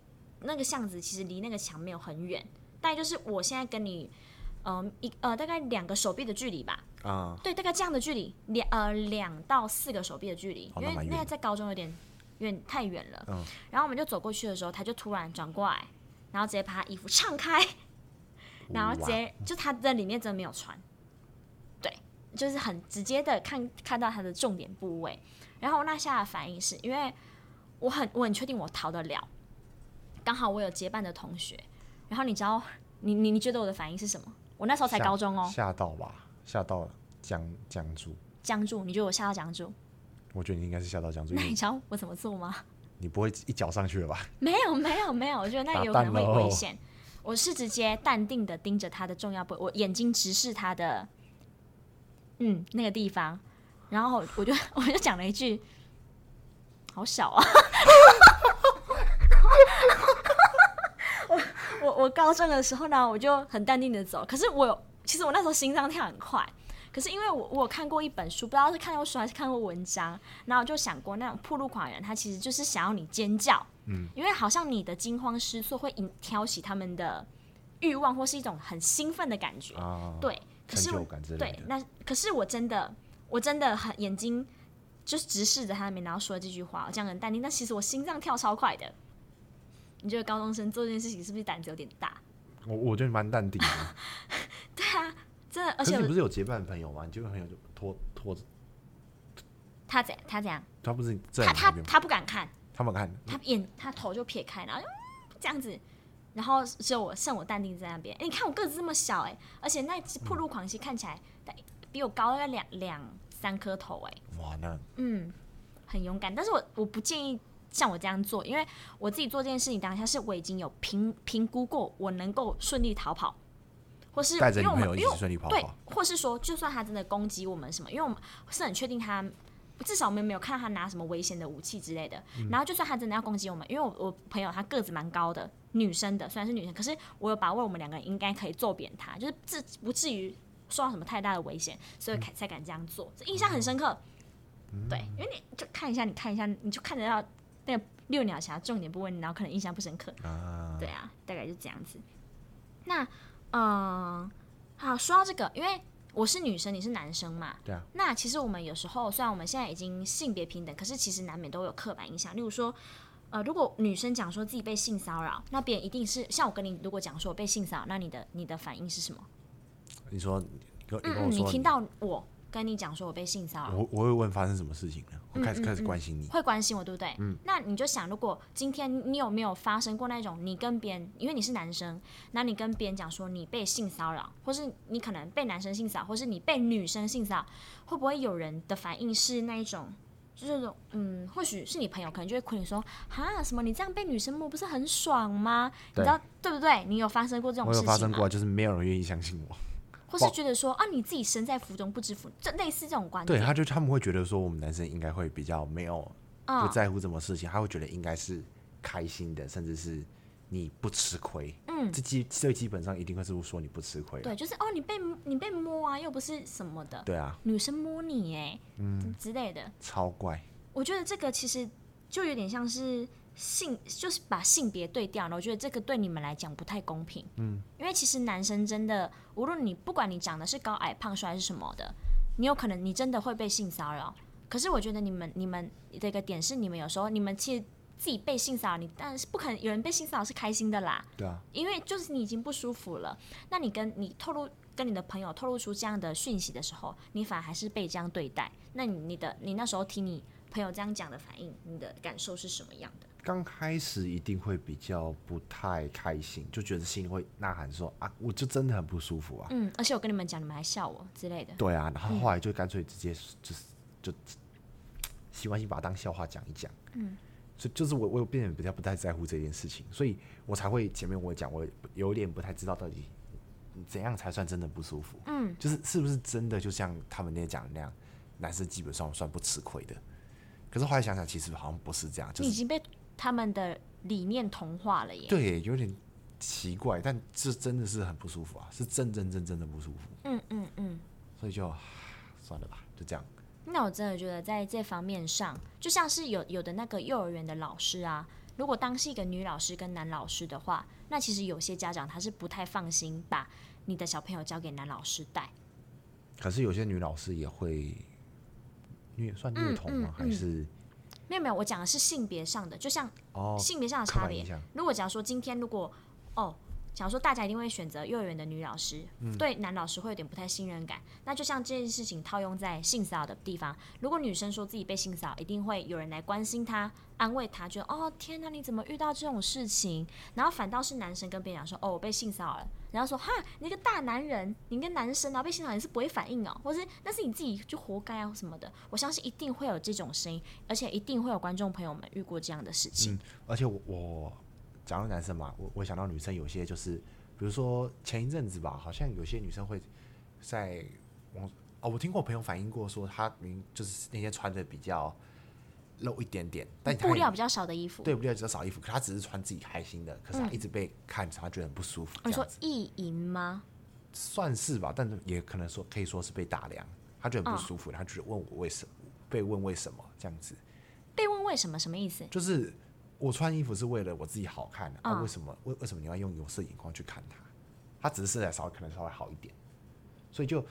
那个巷子，其实离那个墙没有很远，大概就是我现在跟你。嗯，一呃，大概两个手臂的距离吧，
的啊，
对，大概这样的距离，两呃两到四个手臂的距离，因
哦那
为
蛮
那
远
个
的
在高中有点有点太远了。
嗯
然后我们就走过去的时候，他就突然转过来，然后直接把他衣服敞开，然后直接就他在里面真的没有穿，对，就是很直接的看看到他的重点部位。然后我那下的反应是因为我很我很确定我逃得了，刚好我有结伴的同学。然后你知道你你你觉得我的反应是什么？我那时候才
吓
高中哦，
吓到吧，吓到僵僵住，
僵住，你觉得我吓到僵住？
我觉得你应该是吓到江猪，
那
因 为
你知道我怎么做吗？
你不会一脚上去了吧？
没有没有没有，我觉得那
打
有可能
蛋哦
会
喽
危险。我是直接淡定的盯着他的重要部位，我眼睛直视他的，嗯，那个地方，然后我就我就讲了一句，好小啊！我 我我高中的时候呢，我就很淡定的走，可是我有，其实我那时候心脏跳很快，可是因为我我有看过一本书，不知道是看过书还是看过文章，然后我就想过那种铺路狂人，他其实就是想要你尖叫，嗯，因为好像你的惊慌失措会引挑起他们的欲望或是一种很兴奋的感觉，
啊，
对，可
成
是
就
我
感之类
对，
的。
那可是我真的，我真的很眼睛就是直视着他那边，然后说了这句话，我这样很淡定，但其实我心脏跳超快的。你觉得高中生做这件事情是不是胆子有点大？
我我觉得你蛮淡定的，
对啊，真 的，而
可是
且
你不
我
是有结伴的朋友吗？你结伴朋友就拖拖着，
他怎他怎样，
他不是在
他他
你旁边吗？
他不敢看，
他们看
他眼他头就撇开，然后就嗯这样子，然后只有我剩我淡定在那边。哎，你看我个子这么小哎、而且那
嗯
只破路狂系看起来大比我高了两两三颗头哎、
哇，那
嗯，很勇敢。但是我我不建议像我这样做，因为我自己做这件事情当下是我已经有评评估过我能够顺利逃跑，或是
带着
因
女
为我
朋
们
友一
因为
起
我
顺利跑
对
跑，，
或是说就算他真的攻击我们什么，因为我们是很确定他。至少我们没有看到他拿什么危险的武器之类的。
嗯
然后，就算他真的要攻击我们，因为我我朋友她个子蛮高的，女生的虽然是女生，可是我有把握我们两个人应该可以揍扁他，就是至不至于受到什么太大的危险，
嗯
所以才才敢这样做，所以印象很深刻。对，因为你就看一下，你看一下，你就看得到那个六鸟侠重点部位，然后可能印象不深刻。
啊，
对啊，大概就这样子。那嗯，好，说到这个，因为我是女生，你是男生嘛，
对啊，
那其实我们有时候，虽然我们现在已经性别平等，可是其实难免都会有刻板印象。例如说，呃，如果女生讲说自己被性骚扰，那别人一定是像我跟你，如果讲说我被性骚扰，那你的你的反应是什么？
你说你跟你跟
嗯，
我
你
说，
听到我跟你讲说我被性骚扰，
我我会问发生什么事情了，我开始开始关心你。
会嗯关心我，对不对？嗯。那你就想，如果今天你有没有发生过那种你跟别人，因为你是男生，那你跟别人讲说你被性骚扰，或是你可能被男生性骚扰，或是你被女生性骚扰，会不会有人的反应是那一种？就是那种嗯，或许是你朋友，可能就会亏你说，哈，什么你这样被女生摸不是很爽吗？你
对
知道对不对？你有发生过这种
我
事
有
情
发生
吗
过，就是没有人愿意相信我。
或是觉得说啊，你自己身在福中不知福，就类似这种观
对，
点。
他就他们会觉得说，我们男生应该会比较没有
嗯
不在乎这么事情，他会觉得应该是开心的，甚至是你不吃亏。
嗯
这基最基本上一定会是说你不吃亏啊。
对，就是哦，你被你被摸啊，又不是什么的。
对啊，
女生摸你哎、嗯之类的。
超怪。
我觉得这个其实就有点像是性，就是把性别对调了。我觉得这个对你们来讲不太公平，嗯，因为其实男生真的，无论你不管你长得是高矮胖帅还是什么的，你有可能你真的会被性骚扰。可是我觉得你们你们这个点是，你们有时候你们其实自己被性骚扰，你当然是不可能有人被性骚扰是开心的啦，
对啊，
因为就是你已经不舒服了，那你跟你透露跟你的朋友透露出这样的讯息的时候，你反而还是被这样对待，那你你的你那时候听你朋友这样讲的反应，你的感受是什么样的？
刚开始一定会比较不太开心，就觉得心里会呐喊说啊，我就真的很不舒服啊。
嗯，而且我跟你们讲，你们还笑我之类的。
对啊，然后
嗯
后来就干脆直接就是就习惯性把它当笑话讲一讲。嗯，所以就是我我有变得比较不太在乎这件事情，所以我才会前面我也讲我有点不太知道到底怎样才算真的不舒服。
嗯，
就是是不是真的就像他们那讲的那样，男生基本上算不吃亏的。可是后来想想，其实好像不是这样，就
你已
是
经被他们的理念同化了耶。
对，有点奇怪，但这真的是很不舒服啊，是真真正正的不舒服，
嗯嗯嗯。
所以就唉算了吧，就这样。
那我真的觉得在这方面上，就像是有有的那个幼儿园的老师啊，如果当是一个女老师跟男老师的话，那其实有些家长他是不太放心把你的小朋友交给男老师带。
可是有些女老师也会虐，算虐童
嗯
吗？还是
没有没有，我讲的是性别上的，就像
哦
性别上的
刻
差
板
别
印象。
如果假如说今天如果哦，想说大家一定会选择幼儿园的女老师，
嗯
对男老师会有点不太信任感。那就像这件事情套用在性骚扰的地方，如果女生说自己被性骚扰，一定会有人来关心她、安慰她，觉得哦天哪，你怎么遇到这种事情？然后反倒是男生跟别人讲说哦我被性骚扰了，然后说哈你一个大男人，你一个男生然后被性骚扰你是不会反应哦，或是那是你自己就活该啊什么的。我相信一定会有这种声音，而且一定会有观众朋友们遇过这样的事情。
嗯，而且我我讲到男生嘛，我我想到女生有些就是，比如说前一阵子吧，好像有些女生会在网哦，我听过朋友反映过说，她明就是那天穿的比较露一点点，但她
布料
也
比较少的衣服，
对布料比较少衣服，可她只是穿自己开心的，可是她一直被看着，她觉得很不舒服。
嗯哦你
这
说
样子
意淫吗？
算是吧，但也可能说可以说是被打量，她觉得很不舒
嗯
服，她就问我为什么，被问为什么这样子。
被问为什么什么意思？
就是我穿衣服是为了我自己好看、啊，
嗯
为什么为为什么你要用有色眼光去看它？它只是身材稍微可能稍微好一点，所以就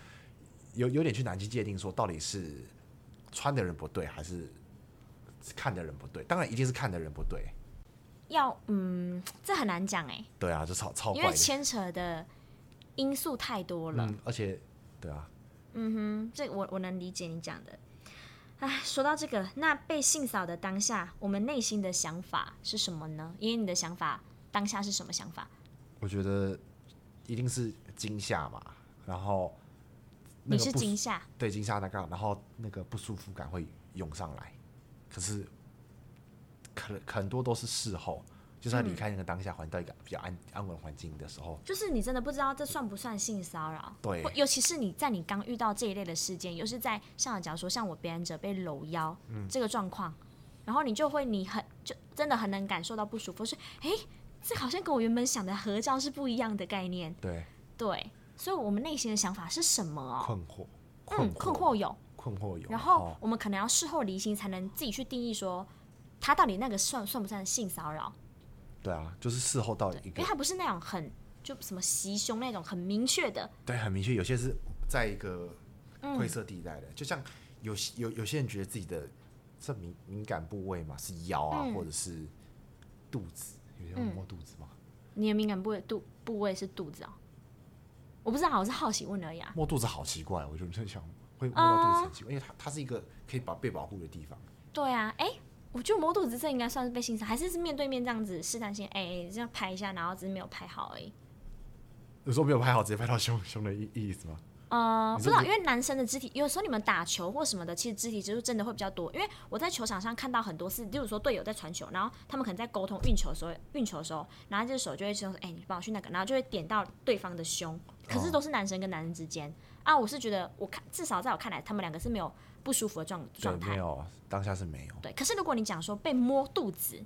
有有点去难去界定说到底是穿的人不对还是看的人不对。当然一定是看的人不对，
要嗯，这很难讲哎、
对啊，就超超
因
怪
为
的，
牵扯的因素太多了。
嗯，而且对啊，
嗯，这我我能理解你讲的。哎，说到这个，那被性骚扰的当下，我们内心的想法是什么呢？因为你的想法当下是什么想法？
我觉得一定是惊吓嘛，然后那
你
个
是
不
惊吓，
对惊吓那个，然后那个不舒服感会涌上来，可是可很多都是事后，就
嗯
是他离开那个当下，环到一个比较安安稳环境的时候，
就是你真的不知道这算不算性骚扰？
对
或尤其是你在你刚遇到这一类的事件，又是在像假如说像我别人者被搂腰、这个状况，然后你就会你很就真的很能感受到不舒服，是诶，这好像跟我原本想的合照是不一样的概念，
对，
对，所以我们内心的想法是什么哦？
困惑，
嗯，
惑，
困惑有，
困惑有，
然后我们可能要事后离心，才能自己去定义说，他到底那个算算不算性骚扰？
对啊，就是事后到一
因为
个
他不是那种很就什么袭胸那种很明确的，
对很明确，有些是在一个
嗯
灰色地带的，就像有些有有些人觉得自己的这敏敏感部位嘛是腰啊，
嗯
或者是肚子，有些人摸肚子嘛，
你的敏感部位肚部位是肚子哦，我不知道，我是好奇问而已啊。
摸肚子好奇怪，我就很想会
哦
摸到肚子很奇怪，因为它它是一个可以保被保护的地方。
对啊，哎、我觉得摸肚子这应该算是被欣赏，还是是面对面这样子试探性，哎、这样拍一下，然后只是没有拍好而已。
有时候没有拍好，直接拍到胸胸的意意思吗？
呃，不
你
知
说
道，
你
因为男生的肢体，有时候你们打球或什么的，其实肢体接触真的会比较多。因为我在球场上看到很多次，例如说队友在传球，然后他们可能在沟通运球的时候，运球的时候，然后这手就会说：“哎、你帮我去那个”，然后就会点到对方的胸。
哦
可是都是男生跟男人之间、啊，我是觉得我看至少在我看来，他们两个是没有不舒服的状
对，
状态
没。有，当下是没有。
对，可是如果你讲说被摸肚子，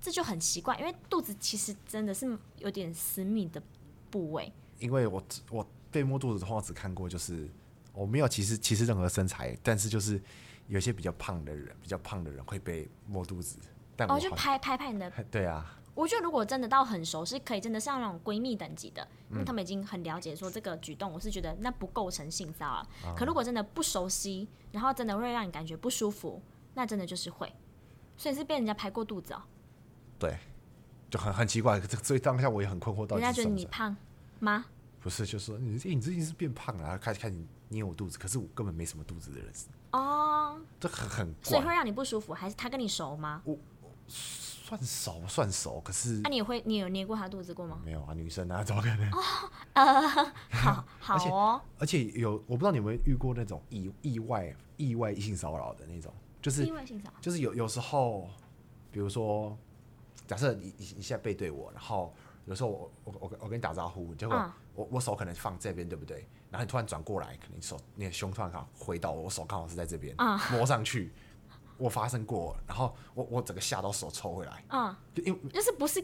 这就很奇怪，因为肚子其实真的是有点私密的部位。
因为我只我被摸肚子的话，我只看过就是我没有歧视歧视任何身材，但是就是有些比较胖的人，比较胖的人会被摸肚子，但
哦，
我好
就
像、
拍拍拍你的
对啊，
我觉得如果真的到很熟，是可以真的像那种闺蜜等级的，因
嗯
为他们已经很了解说这个举动，我是觉得那不构成性骚
啊
扰。可如果真的不熟悉，然后真的会让你感觉不舒服，那真的就是会。所以是被人家拍过肚子哦，
对，就很很奇怪。这所以当下我也很困惑，到
人
底
家觉得
是什么
你
人？
胖吗？
不是，就是说你、欸你最近是变胖了，然后开始看你捏我肚子，可是我根本没什么肚子的人，
哦，
这很很
所以会
怪。
让你不舒服，还是他跟你熟吗？啊
算熟算熟，可是
那、你也会，你有捏过他肚子过 吗？
没有啊，女生啊，怎么可
哦
能？
好，好
而且
哦，
而且有，我不知道你有没有遇过那种意意外意外性骚扰的那种，就是
意外性骚扰。
就是有有时候，比如说，假设你你你现在背对我，然后有时候我我我跟我跟你打招呼，结果
嗯
我、我手可能放这边，对不对？然后你突然转过来，可能你手你的胸突然刚好回到我，我手刚好是在这边、
嗯
摸上去，我发生过，然后我我整个吓到手抽回来，
嗯，
就因为
就是不是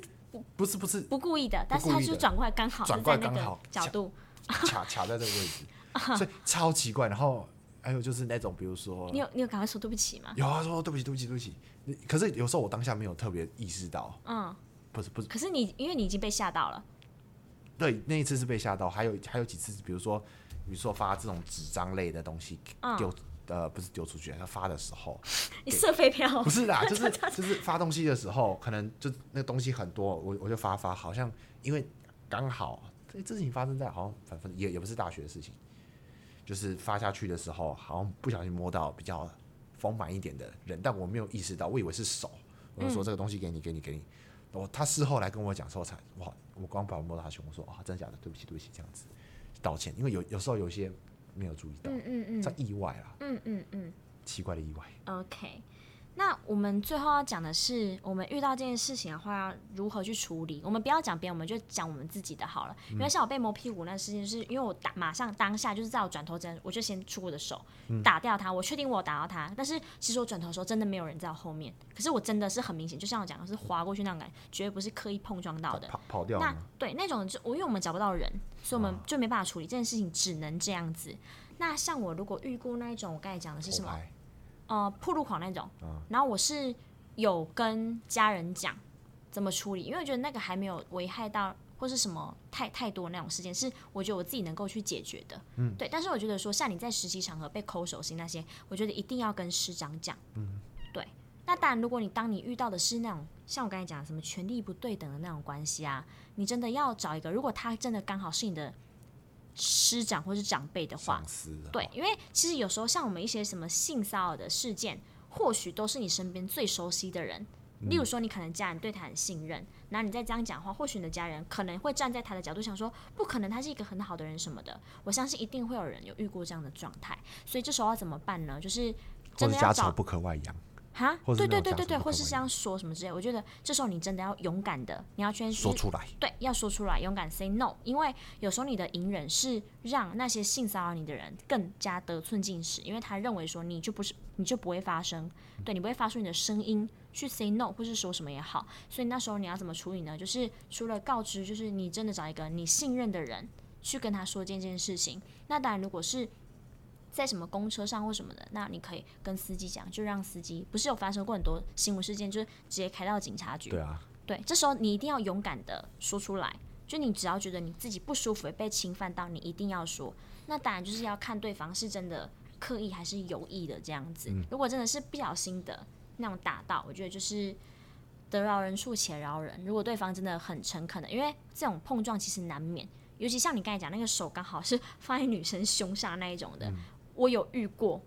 不是不是
不故意的，但是他
故意
就
的
转过来刚好是
转
在
过来
那
刚
个
好
角
像
度，
卡卡在这个位
嗯
置，所以超奇怪。然后还有就是那种比如说
你有你有赶快说对不起吗？
有啊，说对不起，对不起，对不起。你可是有时候我当下没有特别意识到，
嗯。
不是不是，
可是你因为你已经被吓到了，
对，那一次是被吓到，还有还有几次，比如说比如说发这种纸张类的东西
嗯
丢、呃不是丢出去，他发的时候
你射飞镖
不是 啦，就是就是发东西的时候，可能就那个东西很多，我我就发发，好像因为刚好这这事情发生在好像反正也也不是大学的事情，就是发下去的时候，好像不小心摸到比较丰满一点的人，但我没有意识到，我以为是手，我就说
嗯
这个东西给你，给你，给你。我他事后来跟我讲说才哇，我刚把我摸到他胸，我说啊、真的假的，对不起，对不起，这样子道歉，因为有有时候有些没有注意到，
嗯嗯嗯
在意外啦，
嗯嗯嗯
奇怪的意外。
，OK。那我们最后要讲的是，我们遇到这件事情的话，要如何去处理？我们不要讲别人，我们就讲我们自己的好
嗯
了。因为像我被摸屁股那事情，是因为我打马上当下就是在我转头之前，我就先出我的手、
嗯
打掉他，我确定我有打到他，但是其实我转头的时候真的没有人在我后面，可是我真的是很明显，就像我讲的是滑过去那种感觉，绝对不是刻意碰撞到的。
跑跑掉了
那
吗？
对那种就我因为我们找不到人，所以我们就没办法处理这件事情，只能这样子。那像我如果预估那一种，我刚才讲的是什
偷
么？
拍
呃，铺路狂那种。然后我是有跟家人讲怎么处理，因为我觉得那个还没有危害到或是什么太太多那种事件，是我觉得我自己能够去解决的。嗯，对。但是我觉得说，像你在实习场合被抠手心那些，我觉得一定要跟师长讲。嗯，对。那当然，如果你当你遇到的是那种像我刚才讲的什么权力不对等的那种关系啊，你真的要找一个，如果他真的刚好是你的师长或是长辈的话
上，司的
对，因为其实有时候像我们一些什么性骚扰的事件，或许都是你身边最熟悉的人。例
嗯
如说，你可能家人对他很信任，然后你再这样讲话，或许你的家人可能会站在他的角度想说，不可能，他是一个很好的人什么的。我相信一定会有人有遇过这样的状态，所以这时候要怎么办呢？就是
或
真
是
的
家
要
丑
找
不可外扬，
哈，
或是
对
那
对对
种家
对
丑
对，
不
或
可
是
为
这样说什么之类。我觉得这时候你真的要勇敢的，你要先去
说出来。
对，要说出来，勇敢 say no，因为有时候你的隐忍是让那些性骚扰你的人更加得寸进尺，因为他认为说你就不是，你就不会发声，对你不会发出你的声音去 say no，或是说什么也好，所以那时候你要怎么处理呢？就是除了告知，就是你真的找一个你信任的人去跟他说这件事情。那当然，如果是在什么公车上或什么的，那你可以跟司机讲，就让司机不是有发生过很多新闻事件，就是直接开到警察局。
对啊，
对，这时候你一定要勇敢的说出来。就你只要觉得你自己不舒服被侵犯到，你一定要说。那当然就是要看对方是真的刻意还是有意的这样子。如果真的是不小心的那种打到，我觉得就是得饶人处且饶人。如果对方真的很诚恳的，因为这种碰撞其实难免，尤其像你刚才讲那个手刚好是 放在女生胸上那一种的，我有遇过，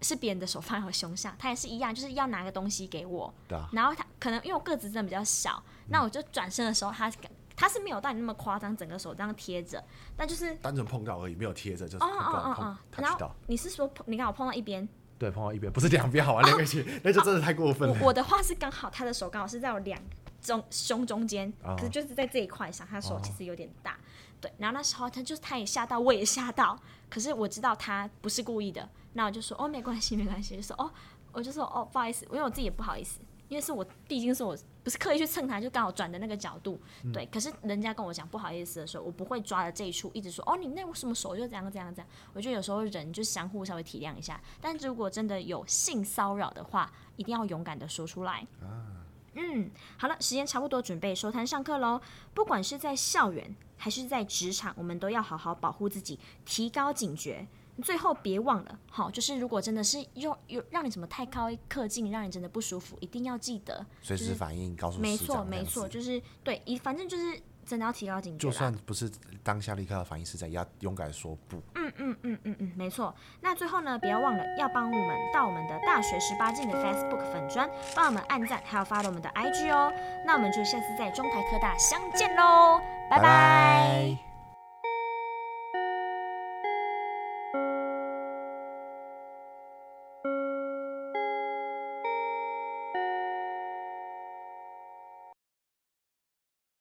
是别人的手放在我胸上，他也是一样，就是要拿个东西给我，
对啊，
然后他可能因为我个子真的比较小，那我就转身的时候，他他是没有到你那么夸张，整个手这样贴着，但就是
单纯碰到而已，没有贴着，就是
哦
碰
哦哦
碰
哦，然
touch
后
到，
你是说碰你看我碰到一边，
对，碰到一边，不是两边好玩，那个去，那就真的太过分了。
哦我我的话是刚好他的手刚好是在我两中胸中间，
哦
可是就是在这一块上，他手其实有点大。对，然后那时候他就是他也吓到，我也吓到，可是我知道他不是故意的，那我就说哦没关系没关系，就说哦我就说哦不好意思，因为我自己也不好意思，因为是我毕竟是我不是刻意去蹭他，就刚好转的那个角度，
嗯
对。可是人家跟我讲不好意思的时候，我不会抓着这一处一直说哦你那为什么手就这样这样这样，我觉得有时候人就相互稍微体谅一下，但如果真的有性骚扰的话，一定要勇敢的说出来。
啊
嗯，好了，时间差不多，准备收摊上课喽。不管是在校园还是在职场，我们都要好好保护自己，提高警觉。最后别忘了，好，就是如果真的是用有让你什么太靠靠近，让你真的不舒服，一定要记得，
随时反应，告诉
没
师
错
长这
没
样
错，
子。
就是对，一反正就是真的要提高警觉
就
啦。
算不是当下立刻的反应是在，也要勇敢说不。
嗯嗯嗯嗯嗯，没错。那最后呢，不要忘了要帮我们到我们的大学十八禁的 Facebook 粉砖，帮我们按赞，还有发到我们的 IG 哦。那我们就下次在中台科大相见喽，拜拜